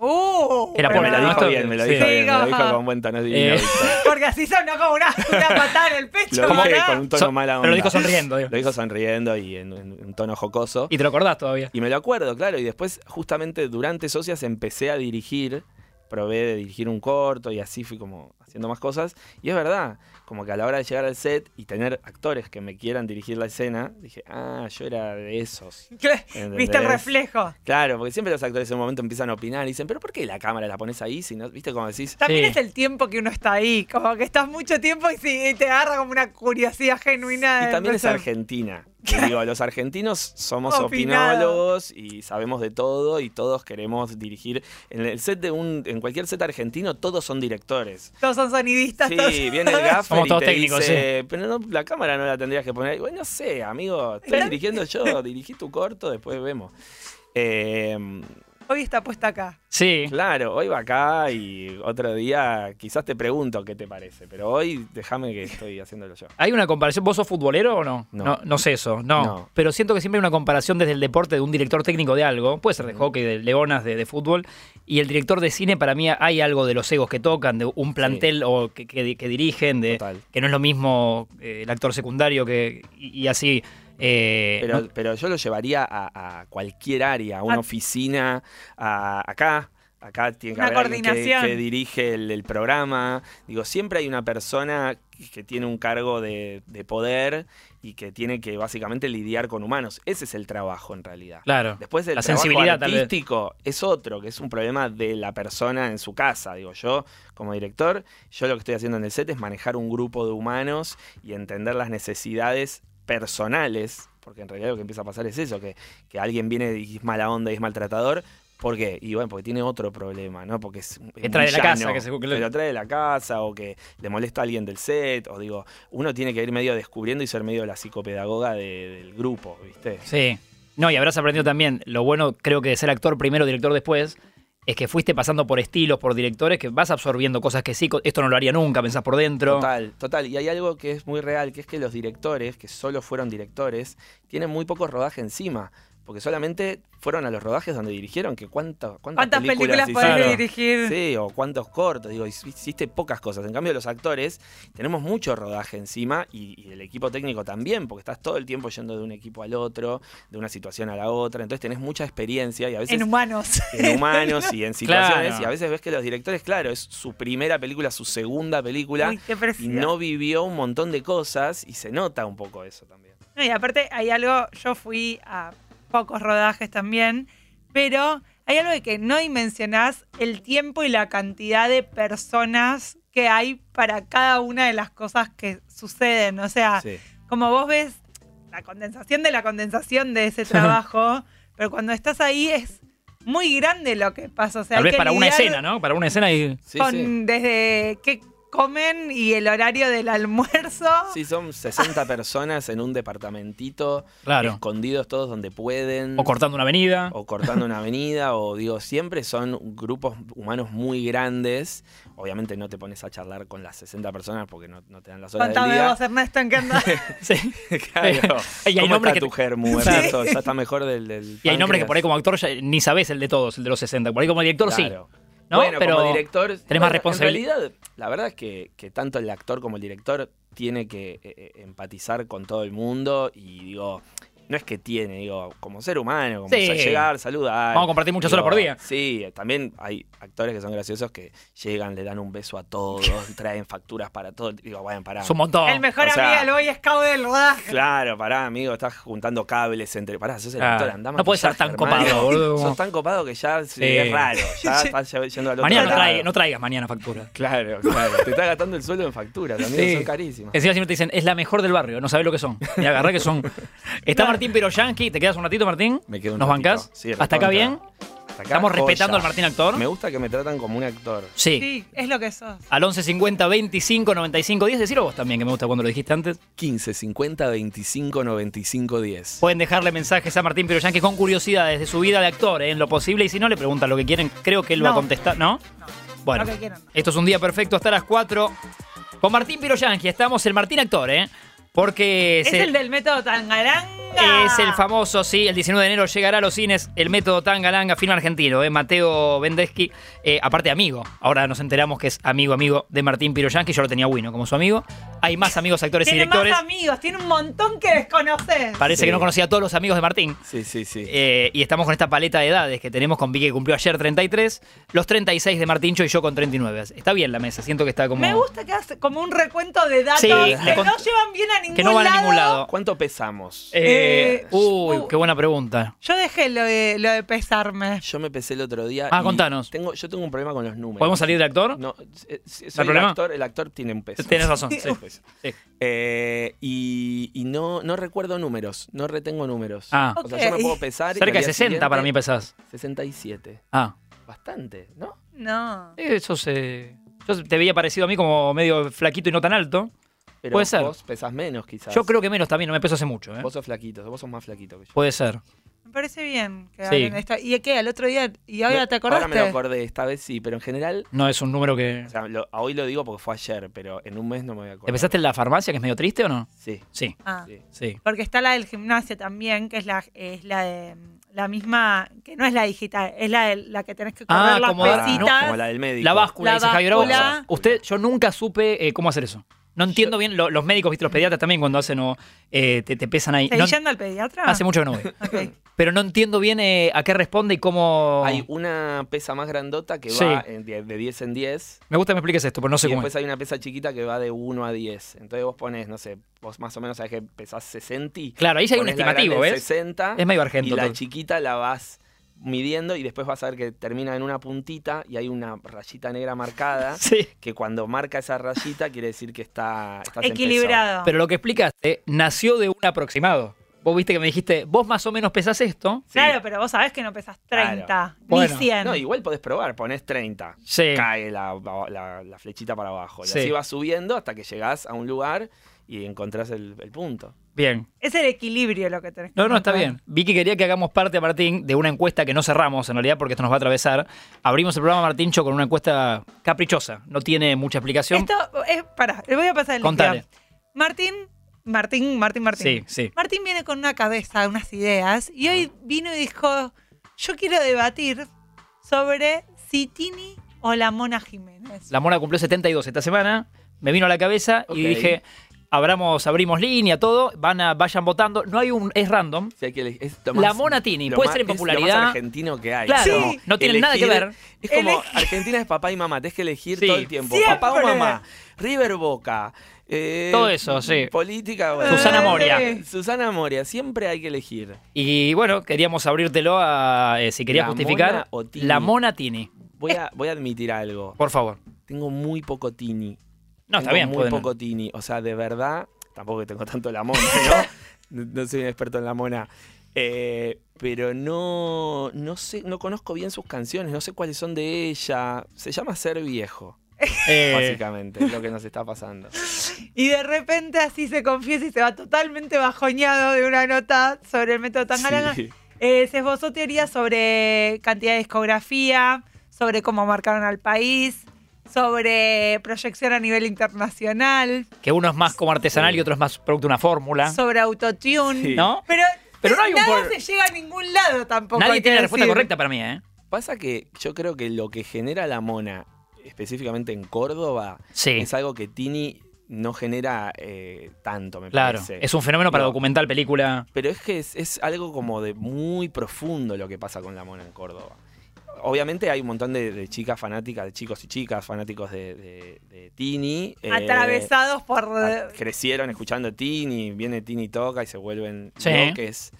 C: Uh,
A: Era
B: Pero Ah, me lo
A: no,
B: dijo
A: está
B: bien, me lo
A: bien,
B: dijo
C: sí.
B: bien, me lo dijo
C: Diga.
B: con buen tono. es divino,
A: Eh.
B: Víctor.
C: Porque así sonó como una, una patada en el pecho.
B: Lo dije
C: ¿verdad?
B: con
C: (laughs)
B: un tono
A: So-
B: mala onda.
A: pero lo dijo sonriendo, digo.
B: Lo dijo sonriendo y en, en un tono jocoso.
A: Y te lo acordás todavía.
B: Y me lo acuerdo, claro. Y después, justamente durante Socias, empecé a dirigir. Probé de dirigir un corto y así fui como haciendo más cosas. Y es verdad, como que a la hora de llegar al set y tener actores que me quieran dirigir la escena, dije, ah, yo era de esos.
C: ¿Qué? ¿Viste el
B: ¿Entendés?
C: reflejo?
B: Claro, porque siempre los actores en un momento empiezan a opinar y dicen, pero ¿por qué la cámara la pones ahí? Si no, ¿Viste como decís?
C: También
A: Sí.
C: es el tiempo que uno está ahí, como que estás mucho tiempo y, sí, y te agarra como una curiosidad genuina.
B: Y
C: de
B: también es
C: empezar.
B: Argentina. Y digo, los argentinos somos
C: Opinado.
B: opinólogos y sabemos de todo y todos queremos dirigir. En el set de un, en cualquier set argentino, todos son directores.
C: Todos son sonidistas. todos-
B: Sí, viene el gaffer
A: Somos
B: y
A: todos
B: te
A: técnicos,
B: dice, pero no, la cámara no la tendrías que poner ahí. Bueno, no sé, amigo, estoy dirigiendo yo, dirigí tu corto, después vemos. Eh,
C: Hoy está puesta acá.
A: Sí.
B: claro, hoy va acá y otro día quizás te pregunto qué te parece, pero hoy déjame que estoy haciéndolo yo.
A: ¿Hay una comparación? ¿Vos sos futbolero o no?
B: No.
A: No, sé eso, no.
B: No.
A: Pero siento que siempre hay una comparación desde el deporte de un director técnico de algo, puede ser de hockey, de leonas, de, de fútbol, y el director de cine para mí hay algo de los egos que tocan, de un plantel o que, que- que dirigen, de
B: Total.
A: que no es lo mismo eh, el actor secundario que y, y así. eh,
B: Pero,
A: no-
B: pero yo lo llevaría a, a cualquier área, a una
C: A-
B: oficina, a, acá. Acá tiene que
C: Una
B: haber alguien que- que,
C: coordinación.
B: dirige el, el programa. Digo, siempre hay una persona que tiene un cargo de, de poder y que tiene que básicamente lidiar con humanos. Ese es el trabajo en realidad.
A: claro.
B: Después el
A: La
B: trabajo
A: sensibilidad, tal vez.
B: artístico es otro, que es un problema de la persona en su casa. Digo, yo como director, yo lo que estoy haciendo en el set es manejar un grupo de humanos y entender las necesidades personales, porque en realidad lo que empieza a pasar es eso, que, que alguien viene y es mala onda y es maltratador. ¿Por qué? Y bueno, porque tiene otro problema, ¿no? Porque es un
A: Que trae de la
B: villano,
A: casa, que se- que lo-
B: lo trae de la casa o que le molesta a alguien del set, o digo, uno tiene que ir medio descubriendo y ser medio la psicopedagoga de- del grupo, ¿viste?
A: Sí. No, y habrás aprendido también, lo bueno creo que de ser actor primero, director después, es que fuiste pasando por estilos, por directores, que vas absorbiendo cosas que sí, co- esto no lo haría nunca, pensás por dentro.
B: Total, total. Y hay algo que es muy real, que es que los directores, que solo fueron directores, tienen muy poco rodaje encima. Porque solamente fueron a los rodajes donde dirigieron, que cuánto- cuántas,
C: ¿Cuántas películas,
B: hicieron.
C: podés
A: Claro.
C: dirigir?
B: Sí, o cuántos cortos, digo, hiciste pocas cosas. En cambio, los actores tenemos mucho rodaje encima y, y el equipo técnico también, porque estás todo el tiempo yendo de un equipo al otro, de una situación a la otra, entonces tenés mucha experiencia y a veces
C: en humanos.
B: en humanos
C: (laughs)
B: y en situaciones,
A: Claro.
B: y a veces ves que los directores, claro, es su primera película, su segunda película,
C: (laughs) Uy, qué
B: y
C: presión.
B: no vivió un montón de cosas y se nota un poco eso también.
C: No, y aparte hay algo, yo fui a pocos rodajes también, pero hay algo de que no dimensionás el tiempo y la cantidad de personas que hay para cada una de las cosas que suceden. O
A: Ah,
C: sea,
B: Sí.
C: como vos ves la condensación de la condensación
A: (laughs)
C: de ese trabajo, pero cuando estás ahí es muy grande lo que pasa. O sea,
A: Tal
C: hay
A: vez
C: que
A: para una
C: lidiar
A: escena, ¿no? Para una escena y.
B: Sí,
C: con
B: sí.
C: desde qué comen y el horario del almuerzo.
B: Sí, son 60 personas en un departamentito,
A: Claro.
B: escondidos todos donde pueden.
A: O cortando una avenida.
B: o cortando una avenida, o digo, siempre son grupos humanos muy grandes. Obviamente no te pones a charlar con las 60 personas porque no, no te dan las horas del
C: Contame
B: día. (laughs)
C: vos, Ernesto, ¿en qué andás?
A: (laughs) Sí.
B: Claro.
A: eh. (laughs) Y hay
B: ¿Cómo
A: nombres
B: está
A: que
B: tu
A: te-
B: germu,
A: Sí. (laughs)
B: hermoso? Ya está mejor del, del
A: Y hay nombres que
B: páncreas.
A: por ahí como actor ya ni sabes el de todos, el de los 60. Por ahí como director sí.
B: Claro.
A: ¿no?
B: Bueno,
A: Pero
B: como director,
A: más
B: bueno,
A: responsabilidad.
B: En realidad, la verdad es que, que tanto el actor como el director tiene que eh, eh, empatizar con todo el mundo y digo, no es que tiene, digo, como ser humano, como
A: Sí.
B: sa- llegar, saludar.
A: Vamos a compartir muchas
B: Digo,
A: horas por día.
B: Sí, también hay actores que son graciosos que llegan, le dan un beso
A: (laughs)
B: a todos, traen facturas para todos. Digo, vayan, pará.
A: Es un montón.
C: El mejor
B: o sea-
C: amigo del Boy Scout del rodaje.
B: Claro, pará, amigo, estás juntando cables entre. Pará, sos el
A: Claro.
B: actor, andá a
A: No puedes ser
B: maquillarte,
A: tan
B: hermano. (laughs)
A: copado, boludo.
B: Sos tan copado que ya
A: Sí.
B: es raro.
A: (laughs)
B: Ya estás yendo al otro
A: Mañana no,
B: lado.
A: trae- no traigas mañana factura.
B: Claro, claro. Te está gastando el sueldo en facturas, también
A: Sí.
B: son carísimas.
A: Encima siempre te dicen, es la mejor del barrio, no sabes lo que son. Y agarrá que
B: (laughs)
A: son. Está Martín Peroyanqui, ¿te quedas un ratito, Martín?
B: Me quedo un
A: ¿Nos
B: ratito.
A: bancás?
B: Sí,
A: ¿Hasta acá
B: recontra.
A: bien?
B: Hasta acá,
A: ¿Estamos
B: joya.
A: respetando al Martín actor?
B: Me gusta que me tratan como un actor.
A: Sí.
C: Sí, es lo que sos.
A: Al 11 50 25 95 10, decirlo vos también, que me gusta cuando lo dijiste antes.
B: 15, 50, 25, 95, 10.
A: Pueden dejarle mensajes a Martín Peroyanqui con curiosidades de su vida de actor, ¿eh? en lo posible. Y si no, le preguntan lo que quieren. Creo que él va a
C: No.
A: contestar, ¿no?
C: No,
A: Bueno,
C: lo que quieran.
A: esto es un día perfecto hasta las 4. Con Martín Piroyanqui, estamos el Martín Actor, ¿eh? Porque
C: Es,
A: se-
C: el del método Tangaranga.
A: es el famoso, sí, el 19 de enero llegará a los cines el método Tangalanga, film argentino, ¿eh? Mateo Bendeschi, eh, aparte amigo. Ahora nos enteramos que es amigo, amigo de Martín Piroyanqui. Yo lo tenía Wino como su amigo. Hay más amigos, actores y
C: Tiene
A: directores.
C: más amigos, tiene un montón que desconoces.
A: Parece que
B: Sí.
A: no conocía a todos los amigos de Martín.
B: Sí, sí, sí.
A: Eh, y estamos con esta paleta de edades que tenemos con Vicky, que cumplió ayer 33, los 36 de Martincho y yo con 39. Está bien la mesa, siento que está como.
C: Me gusta que hace como un recuento de datos
A: Sí,
C: que
A: le cont-
C: no llevan bien a ningún
A: que no van a ningún lado.
B: ¿Cuánto pesamos?
A: Eh,
C: Eh,
A: uy,
C: uh,
A: qué buena pregunta.
C: Yo dejé lo de, lo de pesarme.
B: Yo me pesé el otro día.
A: Ah,
B: y
A: contanos.
B: Tengo, yo tengo un problema con los números.
A: ¿Podemos salir del actor?
B: No, eh,
A: ¿No
B: soy
A: hay problema?
B: El, actor, el actor tiene (laughs) un peso.
A: Tienes razón. sí.
B: Pues.
A: Sí.
B: Eh, y y no, no recuerdo números, no retengo números.
A: Ah,
B: O sea, yo me
C: Ok.
B: puedo pesar. y al
A: cerca de
B: día
A: 60 para mí
B: siguiente,
A: pesás.
B: 67.
A: Ah,
B: Bastante, ¿no?
C: No.
A: eso se. Yo te veía parecido a mí como medio flaquito y no tan alto.
B: Pero
A: Puede ser.
B: vos pesás menos, quizás.
A: Yo creo que menos también, no me peso hace mucho. ¿eh?
B: Vos sos flaquito, vos sos más flaquito que yo.
A: Puede ser.
C: Me parece bien que
A: Sí.
C: hablen de esto. ¿Y qué? ¿Al otro día? ¿Y ahora
B: Me-
C: te acordaste?
B: Ahora me lo acordé, esta vez sí, pero en general.
A: No es un número que.
B: O sea, lo- hoy lo digo porque fue ayer, pero en un mes no me voy a acordar.
A: ¿Te pesaste en la farmacia, que es medio triste o no?
B: Sí,
A: Sí,
C: Ah,
B: sí.
A: sí.
C: Porque está la del gimnasio también, que es la, es la de la misma, que no es la digital, es la, de, la que tenés que correr
A: Ah,
C: las
A: como-
B: Ah,
C: pesitas.
B: como la del médico.
A: La báscula,
C: La
A: dice Javier Bravo.
C: báscula.
A: Usted, yo nunca supe eh, cómo hacer eso. No entiendo bien, lo- los médicos, viste, los pediatras también cuando hacen o eh, te, te pesan ahí.
C: ¿Seguís
A: No-
C: yendo al pediatra?
A: hace mucho que no
B: (laughs)
A: voy.
C: Ok.
A: Pero no entiendo bien eh, a qué responde y cómo...
B: Hay una pesa más grandota que
A: Sí.
B: va en die- de 10 en 10.
A: Me gusta que me expliques esto, pero no sé
B: y
A: cómo es.
B: después hay una pesa chiquita que va de 1 a 10. Entonces vos pones, no sé, vos más o menos sabés que pesás 60.
A: Claro, ahí sí hay un
B: ponés la grande
A: estimativo,
B: de
A: ¿ves?
B: 60.
A: Es medio
B: y
A: argento.
B: la
A: todo.
B: chiquita la vas midiendo y después vas a ver que termina en una puntita y hay una rayita negra marcada
A: Sí.
B: que cuando marca esa rayita quiere decir que está estás en peso.
C: (laughs) Equilibrado.
A: Pero lo que explicaste nació de un aproximado. Vos viste que me dijiste, vos más o menos pesás esto.
B: Sí.
C: Claro, pero vos sabés que no pesas 30,
B: Claro.
C: ni
A: Bueno.
C: 100.
B: No, igual podés probar, pones 30.
A: Sí.
B: Cae la, la- la flechita para abajo. Y
A: Sí.
B: así vas subiendo hasta que llegás a un lugar y encontrás el, el punto.
A: Bien.
C: Es el equilibrio lo que tenés que
A: No, no, está
C: encontrar.
A: bien. Vicky quería que hagamos parte, Martín, de una encuesta que no cerramos en realidad porque esto nos va a atravesar. Abrimos el programa Martincho con una encuesta caprichosa. No tiene mucha explicación.
C: Esto es, pará, le voy a pasar el
A: Contale.
C: líquido. Martín, Martín, Martín, Martín.
A: Sí, sí. Ah.
C: Martín viene con una cabeza, unas ideas, y hoy vino y dijo, yo quiero debatir sobre si Tini o la Mona Jiménez.
A: La Mona cumplió 72 esta semana. Me vino a la cabeza y
B: Ok.
A: dije, abramos, abrimos línea, todo. Van a, vayan votando. No hay un, es random.
B: Si hay que elegir- es lo
A: La Mona Tini,
B: lo
A: puede
B: más-
A: ser en
B: es lo más
A: popularidad.
B: argentino que hay.
A: Claro,
B: como
A: no tienen nada que ver.
B: Es como
C: Elegir-
B: Argentina es papá y mamá, tenés que elegir
A: Sí.
B: todo el tiempo.
C: Siempre.
B: Papá o mamá, River Boca. eh,
A: Todo eso, sí.
B: Política, bueno.
A: Susana Moria.
C: Eh.
B: Susana Moria, siempre hay que elegir.
A: Y bueno, queríamos abrírtelo a, eh, si querías
B: La
A: justificar.
B: Mona o Tini.
A: La Mona Tini,
B: Voy a, voy a admitir algo.
A: por favor.
B: Tengo muy poco Tini.
A: No, está
B: Tengo
A: bien.
B: Muy
A: pueden-
B: poco Tini. O sea, de verdad, tampoco que tengo tanto la mona,
A: (laughs)
B: ¿no? no, no soy un experto en la mona. Eh, pero no, no sé, no conozco bien sus canciones, no sé cuáles son de ella. Se llama Ser Viejo,
A: eh,
B: básicamente, es lo que nos
A: (laughs)
B: está pasando.
C: Y de repente así se confiesa y se va totalmente bajoñado de una nota sobre el método Tangalanga.
B: Sí.
C: Eh, se esbozó teorías sobre cantidad de discografía, sobre cómo marcaron al país, sobre proyección a nivel internacional,
A: que uno es más como artesanal y otro es más producto de una fórmula.
C: sobre autotune.
B: Sí.
A: ¿No?
C: Pero,
A: Pero no hay un
C: nada
A: por-
C: se llega a ningún lado tampoco. hay
A: Nadie
C: que
A: tiene la respuesta
C: decir.
A: correcta para mí, ¿eh?
B: Pasa que yo creo que lo que genera la mona, específicamente en Córdoba,
A: Sí.
B: es algo que Tini no genera eh, tanto, me
A: Claro,
B: parece.
A: es un fenómeno para
B: No.
A: documental, película.
B: Pero es que es, es algo como de muy profundo lo que pasa con la mona en Córdoba. Obviamente hay un montón de, de chicas fanáticas, de chicos y chicas fanáticos de, de- de Tini. eh, ah,
C: Atravesados por. eh,
B: a- crecieron escuchando Tini, viene Tini toca y se vuelven
A: Sí.
B: loques.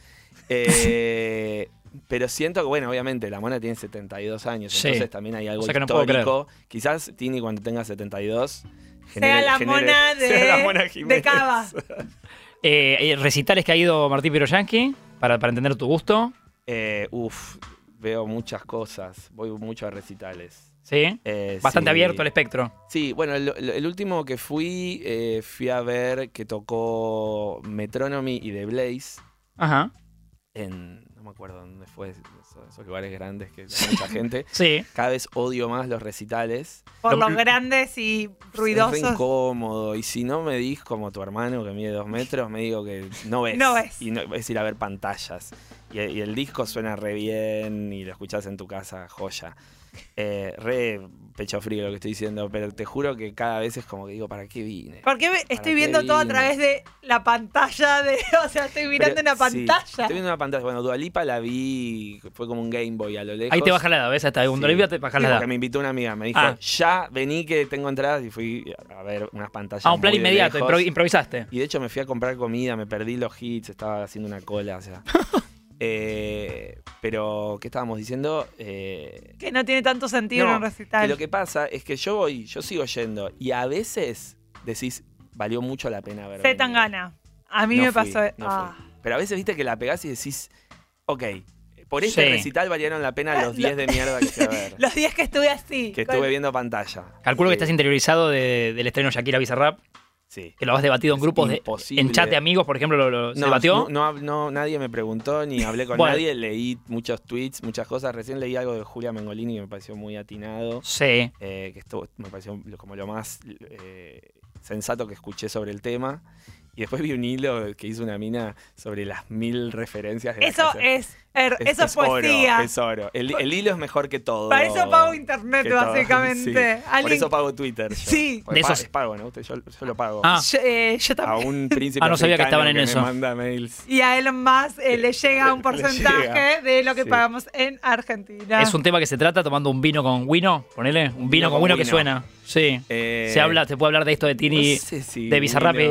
B: Eh, (laughs) pero siento que, bueno, obviamente la mona tiene 72 años,
A: Sí.
B: entonces también hay algo
A: O sea que no puedo
B: histórico. Quizás Tini cuando tenga 72
C: sea
B: genere-
C: la
B: genere-
C: mona
B: (laughs)
C: de.
B: sea la Mona Jiménez.
C: De
B: (laughs)
C: Cava.
A: Eh, eh, recitales que ha ido Martín Piroyanqui, para, para entender tu gusto.
B: Eh, uf, veo muchas cosas. Voy mucho a recitales.
A: Sí.
B: Eh,
A: Bastante
B: sí.
A: abierto el espectro.
B: Sí, bueno, el, el último que fui, eh, fui a ver que tocó Metronomy y The Blaze
A: Ajá.
B: en. No me acuerdo dónde fue, esos, esos lugares grandes
A: (laughs)
B: que hay mucha gente.
A: Sí.
B: Cada vez odio más los recitales.
C: Por
A: Lo-
C: los grandes y
B: Es re
C: ruidosos.
B: incómodo. Y si no me dis como tu hermano que mide dos metros, me digo que no ves.
C: No ves.
B: Y no, es ir a ver pantallas. Y, y el disco suena re bien y lo escuchás en tu casa, joya. Eh, re pecho frío lo que estoy diciendo, pero te juro que cada vez es como que digo, ¿para qué vine?
C: Porque me-
B: ¿Para qué
C: estoy viendo todo a
B: vine?
C: través de la pantalla de. (laughs) O sea, estoy mirando
B: Pero-
C: una
B: sí,
C: pantalla.
B: estoy viendo una pantalla. Bueno, Dualipa la vi, fue como un Game Boy a lo lejos.
A: Ahí te baja la edad, ¿ves? Hasta un
B: Sí.
A: Dolivia te baja la
B: Sí,
A: edad.
B: Porque me invitó una amiga, me dijo,
A: Ah.
B: ya vení que tengo entradas y fui a ver unas pantallas.
A: A Ah, un plan
B: muy de
A: inmediato,
B: lejos.
A: impro- improvisaste.
B: Y de hecho me fui a comprar comida, me perdí los hits, estaba haciendo una cola, o
C: (laughs)
B: sea. Eh, pero, ¿qué estábamos diciendo? Eh,
C: Que no tiene tanto sentido en
B: no,
C: un
B: que
C: recital.
B: lo que pasa es que yo voy, yo sigo yendo, y a veces decís, valió mucho la pena ver.
C: Se tan gana. A mí me pasó. ah.
B: Pero a veces viste que la pegás y decís, ok, por este
A: Sí.
B: recital valieron la pena
C: (laughs)
B: los
C: Lo-
B: 10 de mierda que fui a
C: (laughs)
B: ver.
C: Los días que estuve así.
B: que
C: con-
B: estuve viendo pantalla.
A: Calculo que
B: Sí,
A: estás interiorizado de- del estreno Shakira Bizarrap,
B: Sí.
A: que lo has debatido en
B: Es
A: grupos, de,
B: imposible.
A: en chat de amigos, por ejemplo, lo, lo- se debatió.
B: No, no, no, nadie me preguntó, ni hablé
A: (laughs)
B: con
A: Bueno.
B: nadie, leí muchos tweets, muchas cosas. Recién leí algo de Julia Mengolini que me pareció muy atinado,
A: Sí.
B: eh, que esto me pareció lo- como lo más eh, sensato que escuché sobre el tema. Y después vi un hilo que hizo una mina sobre las mil referencias. de la
C: Eso
B: canción.
C: es, er,
B: Es-
C: eso es, poesía.
B: Oro, es oro. El, el hilo es mejor que todo.
C: Para eso pago internet,
B: que todo, (laughs)
C: básicamente.
B: sí. Por
C: Alguien-
B: eso pago Twitter. yo.
C: Sí.
B: Porque
A: De
B: pa-
A: esos-
B: es pago, ¿no? Usted- yo, yo lo pago.
A: Ah.
C: yo, eh, yo
B: A
C: también.
B: un príncipe
A: Ah, no sabía que
B: africano
A: estaban en eso.
B: Me manda mails.
C: Y a Elon Musk eh, le llega
B: (laughs)
C: un
B: Le
C: porcentaje
B: llega.
C: de lo que
B: Sí.
C: pagamos en Argentina.
A: Es un tema que se trata tomando un vino con vino, ponele. Un vino con
B: con
A: vino que
B: vino.
A: suena. Sí.
B: Eh,
A: se habla, se puede hablar de esto de Tini,
C: Pues,
B: no sé si
A: de Bizarrap.
B: vino.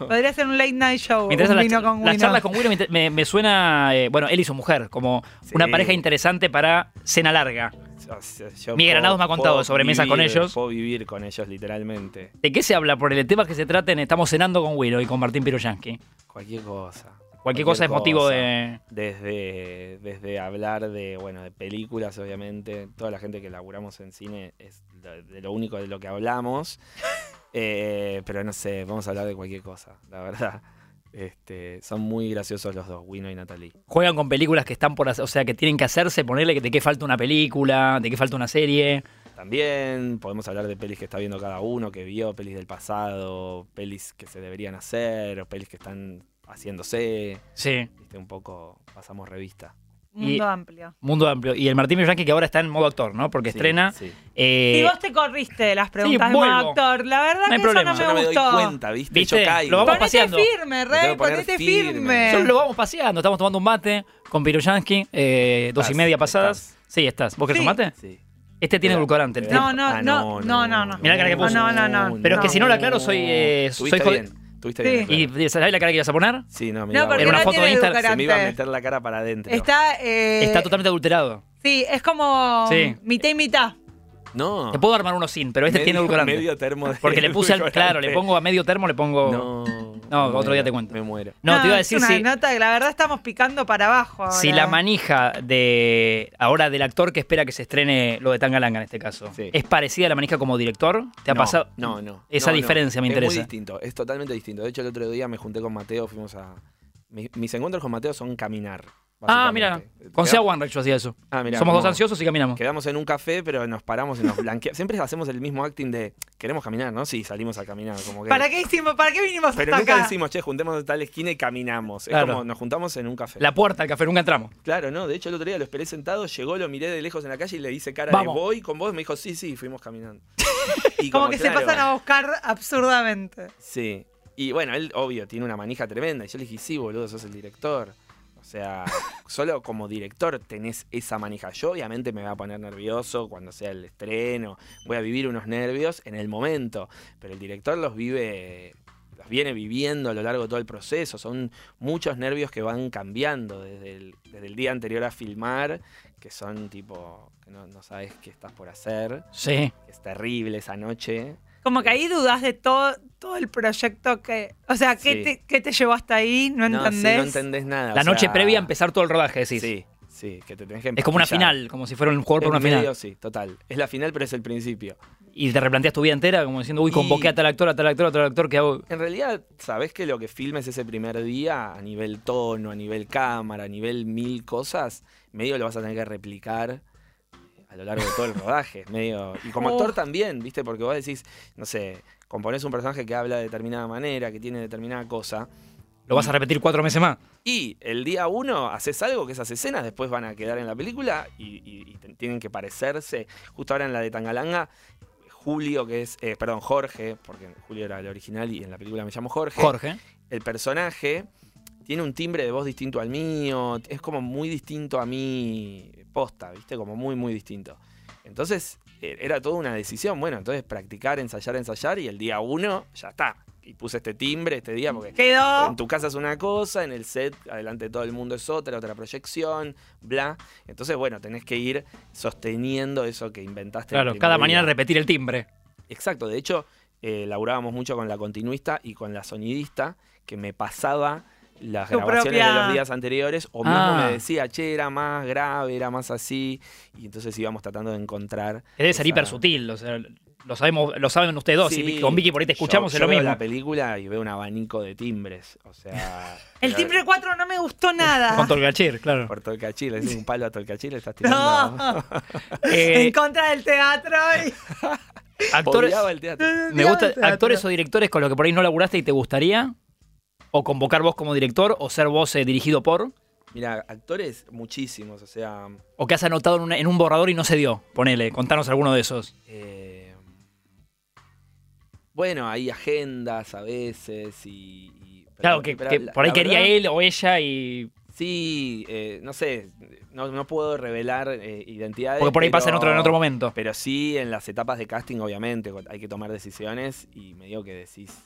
A: eh,
C: Podría ser un late night show.
A: Me interesa
C: un
A: la-
C: vino con
A: las
C: vino.
A: charlas con Willow me inter- me, me suena, eh, bueno, él y su mujer, como una
B: Sí.
A: pareja interesante para cena larga.
B: (laughs) O sea,
A: Miguel
B: yo puedo-
A: Granados me ha contado
B: puedo
A: sobre mesas con
B: vivir-
A: ellos.
B: Puedo vivir con ellos, literalmente.
A: ¿De qué se habla? Por el tema que se traten, estamos cenando con Willow y con Martín Piroyansky.
B: Cualquier cosa.
A: Cualquier, cosa es motivo
B: cosa.
A: de...
B: Desde, desde hablar de, bueno, de películas, obviamente. Toda la gente que laburamos en cine es lo- de lo único de lo
A: (laughs)
B: que hablamos. Eh, pero no sé, vamos a hablar de cualquier cosa, la verdad. Este, son muy graciosos los dos, Wino y Natalie.
A: Juegan con películas que están por hacer, o sea, que tienen que hacerse, ponerle que- de qué falta una película, de qué falta una serie.
B: También podemos hablar de pelis que está viendo cada uno, que vio, pelis del pasado, pelis que se deberían hacer, o pelis que están haciéndose.
A: Sí.
B: Viste, un poco pasamos revista.
A: Y-
C: Mundo amplio.
A: Mundo amplio. Y el Martín Bianchi que ahora está en modo actor, ¿no? Porque
B: Sí,
A: estrena.
B: sí.
A: eh,
C: y vos te corriste de las preguntas de
A: vuelvo.
C: actor. La verdad
A: No hay
C: que eso
A: problema.
C: no me
B: Yo no me doy
C: gustó.
B: cuenta, ¿viste?
A: ¿Viste?
B: Yo caigo.
A: Lo vamos
C: Ponete
A: paseando.
C: firme,
B: tengo
C: rey,
B: que poner
C: ponete
B: firme.
C: firme.
B: Eh.
A: Solo lo vamos paseando. Estamos tomando un mate con Piroyansky, eh, dos y
B: Estás,
A: media pasadas.
B: estás.
A: Sí, estás. ¿Vos querés
C: Sí.
A: un mate?
B: Sí.
A: Este tiene
B: Mira,
A: edulcorante. el
B: mira.
A: té.
C: No, no,
B: Ah,
C: no, no, no, no.
A: Mirá la cara que puso.
C: No, no, no.
A: Pero es que
C: no.
A: si no la aclaro, soy, eh,
B: Tuviste
A: soy jod-
B: bien. Tuviste
C: Sí.
B: bien.
A: ¿Y
B: claro.
A: sabés la cara que ibas a poner?
B: Sí, no, me
C: No,
B: iba a
C: porque
A: En una
B: volver.
C: no
A: foto de
C: tiene
A: Instagram.
B: Se me iba a
C: edulcorante.
B: meter la cara para adentro.
C: Está, eh,
A: Está totalmente adulterado.
C: Sí, es como
A: Sí.
C: mitad y mitad.
B: No.
A: Te puedo armar uno sin, pero este
B: Medio-
A: tiene edulcorante.
B: Medio termo de
A: Porque le puse, al,
B: edulcorante.
A: claro, le pongo a medio termo, le pongo... No,
B: No.
A: No,
B: me
A: otro día
B: muero,
A: te cuento.
B: Me muero.
A: te iba a
C: es
A: decir
C: una
A: si,
C: nota que la verdad estamos picando para abajo.
A: si
C: ahora.
A: la manija de ahora del actor que espera que se estrene lo de Tangalanga en este caso,
B: Sí.
A: ¿es parecida a la manija como director? ¿Te ha
B: No,
A: pasado?
B: No, no.
A: Esa
B: no, no.
A: diferencia me
B: Es
A: interesa.
B: muy distinto, es totalmente distinto. De hecho, el otro día me junté con Mateo, fuimos a. mi- Mis encuentros con Mateo son caminar.
A: Ah, mira,
B: básicamente.
A: con
B: Queda-
A: Sea One yo hacía eso.
B: Ah, mirá,
A: Somos dos
B: no.
A: ansiosos y caminamos.
B: Quedamos en un café, pero nos paramos y nos blanqueamos. Siempre hacemos el mismo acting de queremos caminar, ¿no? Sí, salimos a caminar. Como que,
C: ¿Para qué hicimos? ¿Para qué vinimos
B: pero
C: hasta
B: nunca
C: acá?
B: decimos, che, juntemos en tal esquina y caminamos. Es
A: Claro.
B: como nos juntamos en un café.
A: La puerta al café, nunca entramos.
B: Claro, no. De hecho, el otro día lo esperé sentado, llegó, lo miré de lejos en la calle y le hice cara
A: Vamos.
B: de voy con vos. Me dijo, sí, sí, y fuimos caminando.
A: (laughs)
B: Y
C: como que
B: claro,
C: se pasan a buscar absurdamente.
B: Sí. Y bueno, él, obvio, tiene una manija tremenda. Y yo le dije, sí, boludo, sos el director.
A: (laughs)
B: O sea, solo como director tenés esa manija. Yo obviamente me voy a poner nervioso cuando sea el estreno. Voy a vivir unos nervios en el momento. Pero el director los vive, los viene viviendo a lo largo de todo el proceso. Son muchos nervios que van cambiando desde el, desde el día anterior a filmar, que son tipo, que no, no sabes qué estás por hacer.
A: Sí.
B: Es terrible esa noche.
C: Como que ahí dudás de todo, todo el proyecto que. O sea, ¿qué,
B: Sí.
C: te, qué te llevó hasta ahí? No
B: No, sí,
C: entendés.
B: no entendés nada.
A: La
B: o sea,
A: noche previa a empezar todo el rodaje, decís.
B: Sí, sí, que te tenés que
A: Es como una
B: empastillar.
A: final, como si fuera un juego por
B: En
A: una final.
B: medio, sí, total. Es la final, pero es el principio.
A: Y te replanteas tu vida entera, como diciendo, uy,
B: Y-
A: convoqué a tal actor, a tal actor, a tal actor, que hago?
B: En realidad, sabés que lo que filmes ese primer día, a nivel tono, a nivel cámara, a nivel mil cosas, medio lo vas a tener que replicar eh, a lo largo de todo el rodaje. (laughs) medio Y como
A: Oh.
B: actor
C: Uf.
B: también, ¿viste? Porque vos decís, no sé, componés un personaje que habla de determinada manera, que tiene determinada cosa,
A: Lo vas a repetir cuatro meses más.
B: Y el día uno haces algo que esas escenas después van a quedar en la película y, y- y te- tienen que parecerse. Justo ahora en la de Tangalanga, Julio, que es, eh, perdón, Jorge, porque Julio era el original y en la película me llamo Jorge.
A: Jorge.
B: El personaje tiene un timbre de voz distinto al mío, es como muy distinto a mi posta, ¿viste? Como muy, muy distinto. Entonces e- era toda una decisión. Bueno, entonces practicar, ensayar, ensayar y el día uno ya está. Y puse este timbre este día porque en
C: Quedó.
B: tu casa es una cosa, en el set, adelante de todo el mundo es otra, otra proyección, bla. Entonces, bueno, tenés que ir sosteniendo eso que inventaste. el
A: Claro,
B: primer
A: cada
B: día.
A: mañana repetir el timbre.
B: Exacto, de hecho, eh, laburábamos mucho con la continuista y con la sonidista, que me pasaba las
C: Tu
B: grabaciones de
C: propia-
B: los días anteriores, o
A: Ah.
B: mismo me decía, che, era más grave, era más así, y entonces íbamos tratando de encontrar...
A: Debe ser
B: esa-
A: hiper sutil, o sea, lo, sabemos, lo saben ustedes dos.
B: Sí.
A: y con Vicky por ahí te escuchamos,
B: yo,
A: es lo
B: yo veo
A: mismo.
B: la película y veo un abanico de timbres, o sea...
C: (laughs) El
B: pero-
C: timbre 4 no me gustó nada.
A: Con Tolgachir, claro.
B: Por Tolcachir,
A: (laughs)
B: le decís un palo a Tolcachir, le estás tirando...
C: (laughs) No.
A: Eh,
C: (laughs) en contra del teatro. y-
A: actores,
B: Odiaba
A: (laughs)
B: el teatro.
A: me gusta,
C: (laughs) del teatro.
A: actores o directores con los que por ahí no laburaste y te gustaría, o convocar vos como director, o ser vos eh, dirigido por,
B: Mira, actores muchísimos, o sea,
A: o que has anotado en, una- en un borrador y no se dio. Ponele, contanos alguno de esos.
B: eh, bueno, hay agendas a veces y... y- pero-
A: Claro, que,
B: pero
A: que
B: la-
A: por ahí
B: la
A: quería
B: verdad,
A: él o ella y.
B: Sí, eh, no sé, no, no puedo revelar eh, identidades.
A: Porque por ahí
B: pero-
A: pasa en otro, en otro momento.
B: Pero sí, en las etapas de casting, obviamente, cu- hay que tomar decisiones y me digo que decís,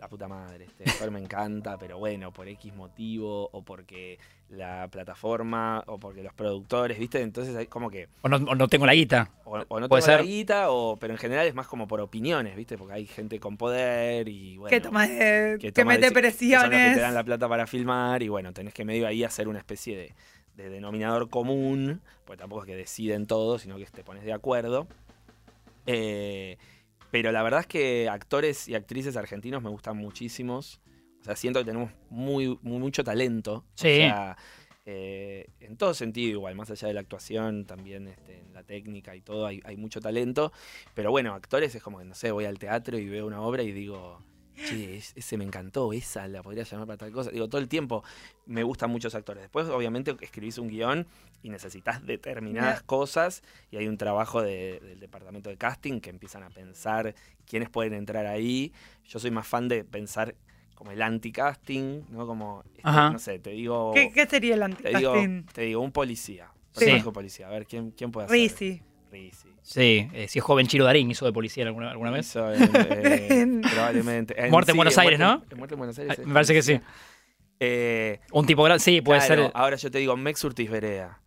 B: la puta madre, este actor me encanta, pero bueno, por X motivo, o porque la plataforma, o porque los productores, ¿viste? Entonces hay como que,
A: O no, o no tengo la guita.
B: o, o
A: Puede
B: no tengo la
A: ser.
B: guita, o, pero en general es más como por opiniones, ¿viste? Porque hay gente con poder y bueno.
C: que tomas de-
B: que
C: que,
B: toma
C: mete
B: deci- que son los que te dan
C: presiones.
B: la plata para filmar y bueno, tenés que medio ahí hacer una especie de, de denominador común, porque tampoco es que deciden todo, sino que te pones de acuerdo. Eh, pero la verdad es que actores y actrices argentinos me gustan muchísimos. O sea, siento que tenemos muy, muy- mucho talento. O
A: Sí.
B: sea, eh, en todo sentido igual, más allá de la actuación, también este, en la técnica y todo, hay, hay mucho talento. Pero bueno, actores es como que, no sé, voy al teatro y veo una obra y digo... Che, es- ese me encantó, esa la podría llamar para tal cosa. Digo, todo el tiempo me gustan muchos actores. Después, obviamente, escribís un guión y necesitas determinadas
C: Ya.
B: cosas y hay un trabajo de- del departamento de casting que empiezan a pensar quiénes pueden entrar ahí. Yo soy más fan de pensar como el anti-casting, ¿no? Como, este,
A: Ajá.
B: no sé, te digo,
C: ¿Qué, qué sería el
B: te digo,
C: anticasting?
B: te digo un policía.
A: Sí.
B: Personaje de policía, a ver, ¿quién, quién puede hacer?
C: Rizzi.
B: Rizzi.
A: Sí, eh, si es joven Chiro Darín, hizo de policía alguna, alguna vez.
B: Eso, en-
A: (laughs)
B: eh, probablemente.
A: Muerte en Buenos Aires,
B: muerte-
A: ¿no?
B: en Muerte en Buenos
A: Ay,
B: Aires. es
A: Ah, Me parece que sí. ah,
B: Eh,
A: Un tipo grande, sí, puede
B: claro,
A: ser.
B: Ahora yo te digo, Mex Urtis Vereda.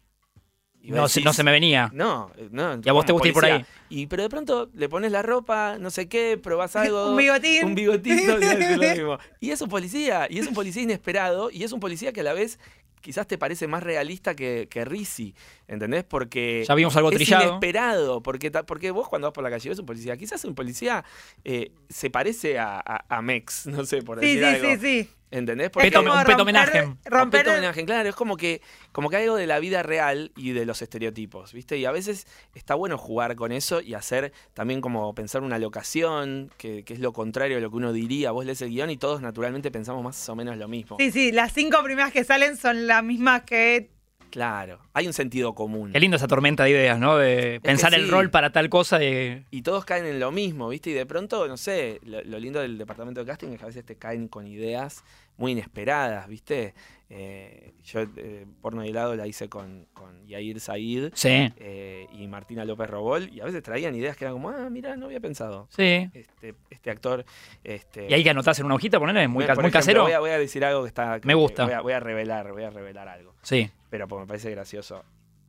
B: Y
A: No,
B: vos
A: se- no
B: decís,
A: se me venía.
B: No, eh, no.
A: Y a vos te gusta ir por ahí.
B: Y pero de pronto le pones la ropa, no sé qué, probás algo.
C: (laughs) Un bigotín.
B: Un bigotito, y haces
C: (laughs)
B: lo mismo. Y es un policía, y es un policía inesperado, y es un policía que a la vez quizás te parece más realista que, que Rizzi, ¿entendés? Porque
A: Ya vimos algo
B: es
A: trillado.
B: inesperado, porque, ta- porque vos cuando vas por la calle ves un policía, quizás un policía eh, se parece a, a- a Mex, no sé, por
C: Sí,
B: decir
C: sí,
B: algo.
C: sí, sí.
B: ¿Entendés?
A: Peto- un peto
C: romper-
A: homenaje.
C: Romper,
B: Objeto de homenaje, claro, es como que, como que algo de la vida real y de los estereotipos, ¿viste? Y a veces está bueno jugar con eso y hacer también como pensar una locación, que, que es lo contrario de lo que uno diría. Vos lees el guión y todos naturalmente pensamos más o menos lo mismo.
C: Sí, sí, las cinco primeras que salen son las mismas que.
B: Claro, hay un sentido común.
A: Qué lindo esa tormenta de ideas, ¿no? De pensar el
B: sí.
A: rol para tal cosa. de-
B: Y todos caen en lo mismo, ¿viste? Y de pronto, no sé, lo, lo lindo del departamento de casting es que a veces te caen con ideas muy inesperadas, ¿viste? Eh, yo, eh, porno de helado, la hice con, con Yair Said.
A: Sí,
B: eh, y Martina López Robol, y a veces traían ideas que eran como, ah, mira, no había pensado.
A: sí.
B: Este, este actor. Este,
A: Y hay que anotarse en una hojita, ponerle muy,
B: Voy-
A: ca-
B: por
A: muy
B: ejemplo,
A: casero.
B: Voy a, voy a decir algo que está. que-
A: Me gusta.
B: Voy a, voy a revelar, voy a revelar algo.
A: Sí.
B: Pero porque me parece gracioso.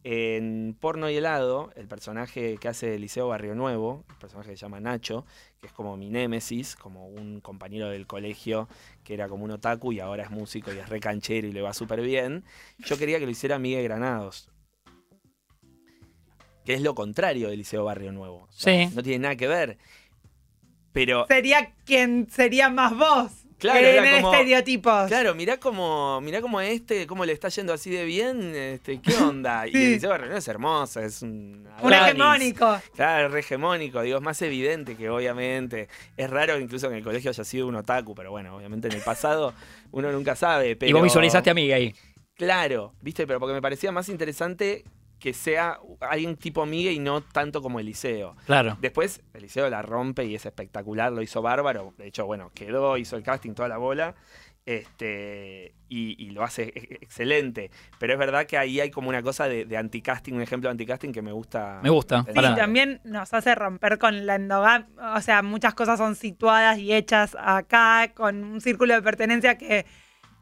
B: En Porno y Helado, el personaje que hace Eliseo Barrio Nuevo, el personaje que se llama Nacho, que es como mi némesis, como un compañero del colegio que era como un otaku y ahora es músico y es recanchero y le va súper bien. Yo quería que lo hiciera Miguel Granados. Que es lo contrario del Liceo Barrio Nuevo. O sea,
A: Sí.
B: No tiene nada que ver. Pero,
C: Sería quien sería más vos.
B: Claro,
C: que
B: era
C: en el
B: como-
A: Ah.
C: estereotipos.
B: claro, mirá como, mirá como a este, cómo le está yendo así de bien.
A: (laughs)
B: Este, ¿Qué onda? Y
C: Sí.
B: el Liceo Barrio Nuevo es hermoso, es un...
C: Un
B: Adonis.
C: hegemónico.
B: Claro, es re hegemónico, digo, es más evidente que obviamente. Es raro que incluso en el colegio haya sido un otaku, pero bueno, obviamente en el pasado uno nunca sabe. Pero...
A: Y vos visualizaste a Miga ahí.
B: Claro, viste, pero porque me parecía más interesante que sea alguien tipo Migue y no tanto como Eliseo.
A: Claro.
B: Después, Eliseo la rompe y es espectacular, lo hizo bárbaro. De hecho, bueno, quedó, hizo el casting, toda la bola. Este, y, y lo hace e- excelente. Pero es verdad que ahí hay como una cosa de, de anticasting, un ejemplo de anticasting que me gusta.
A: Me gusta,
C: Sí,
B: pensar.
A: Pará.
C: también nos hace romper con la endogamia. O sea, muchas cosas son situadas y hechas acá, con un círculo de pertenencia que.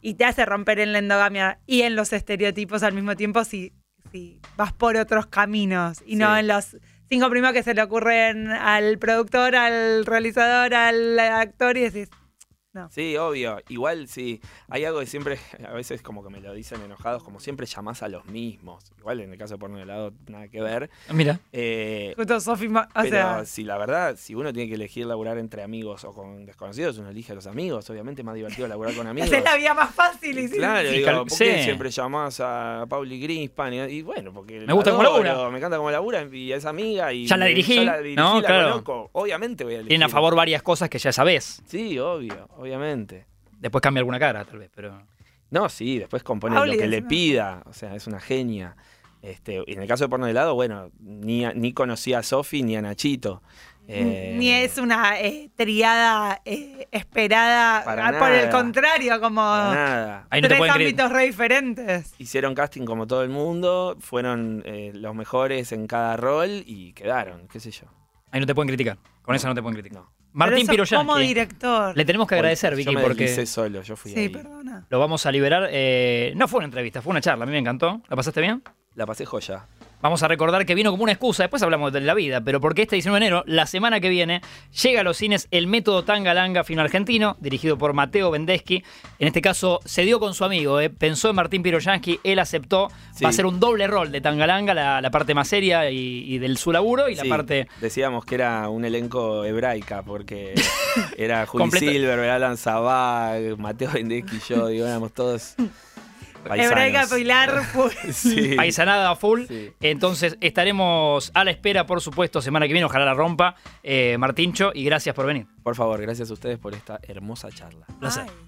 C: Y te hace romper en la endogamia y en los estereotipos al mismo tiempo si, si vas por otros caminos y no
B: Sí.
C: en los cinco primeros que se le ocurren al productor, al realizador, al actor y decís,
B: Sí, obvio. Igual sí. Hay algo que siempre, (laughs) a veces como que me lo dicen enojados, como siempre llamás a los mismos. Igual en el caso de porno de helado, nada que ver.
A: Mira.
B: Eh,
C: justo Sofi, Mo- o
B: pero
C: sea,
B: si la verdad, si uno tiene que elegir laburar entre amigos o con desconocidos, uno elige a los amigos. Obviamente es más divertido laburar
C: (laughs)
B: con amigos.
C: esa (laughs) es la vía más fácil. Y sí,
B: Claro,
A: Sí,
B: digo,
A: cal-
B: ¿por qué
A: sí.
B: siempre llamás a Pauli Greenspan? Y, y bueno, porque
A: Me gusta
B: la
A: cómo labura.
B: adoro, Me encanta cómo labura y es amiga. Y
A: Ya la
B: y
A: dirigí,
B: yo la dirigí,
A: ¿no?
B: la
A: Claro.
B: conozco. Obviamente voy a elegir.
A: Tienen a favor varias cosas que ya sabés.
B: Sí, obvio, obviamente.
A: Después cambia alguna cara, tal vez, pero.
B: No, sí, después compone
C: Pauli
B: lo que
C: es
B: le
C: una-
B: pida. O sea, es una genia. Este, y en el caso de Porno de Helado, bueno, ni, a- ni conocí a Sofi ni a Nachito. Eh,
C: Ni es una eh, triada eh, esperada.
B: Para
C: Ah, por el
B: nada.
C: contrario, como
B: para Nada.
A: Ahí no te
C: tres
A: pueden creer.
C: ámbitos re diferentes.
B: Hicieron casting como todo el mundo, fueron eh, los mejores en cada rol y quedaron, qué sé yo.
A: Ahí no te pueden criticar. Con esa no te pueden criticar.
B: No.
A: Martín
C: Pero eso Como
A: Piroyansky.
C: director.
A: Le tenemos que agradecer, Vicky,
B: yo me
A: porque
B: deslicé solo, yo fui
C: Sí,
B: ahí.
C: perdona.
A: lo vamos a liberar. Eh, no fue una entrevista, fue una charla. A mí me encantó. ¿La pasaste bien?
B: La pasé joya.
A: Vamos a recordar que vino como una excusa, después hablamos de la vida, pero porque este 19 de enero, la semana que viene, llega a los cines El Método Tangalanga Fino Argentino, dirigido por Mateo Bendeschi. En este caso, se dio con su amigo, eh, pensó en Martín Piroyansky, él aceptó.
B: Sí.
A: Va a ser un doble rol de Tangalanga, la, la parte más seria y, y del su laburo, y la
B: Sí,
A: parte
B: Decíamos que era un elenco
A: (laughs)
B: hebraica, porque era Juli
A: Completo.
B: Silver, Alan Zabag, Mateo Bendecki y yo, digo, éramos todos paisanos.
C: Hebraica
A: (laughs)
C: Pilar. pues.
B: Sí.
A: paisanada a full.
B: Sí.
A: Entonces estaremos a la espera, por supuesto, semana que viene. Ojalá la rompa, eh, Martincho, y gracias por venir.
B: Por favor, gracias a ustedes por esta hermosa charla.
A: Placer.
C: Ay.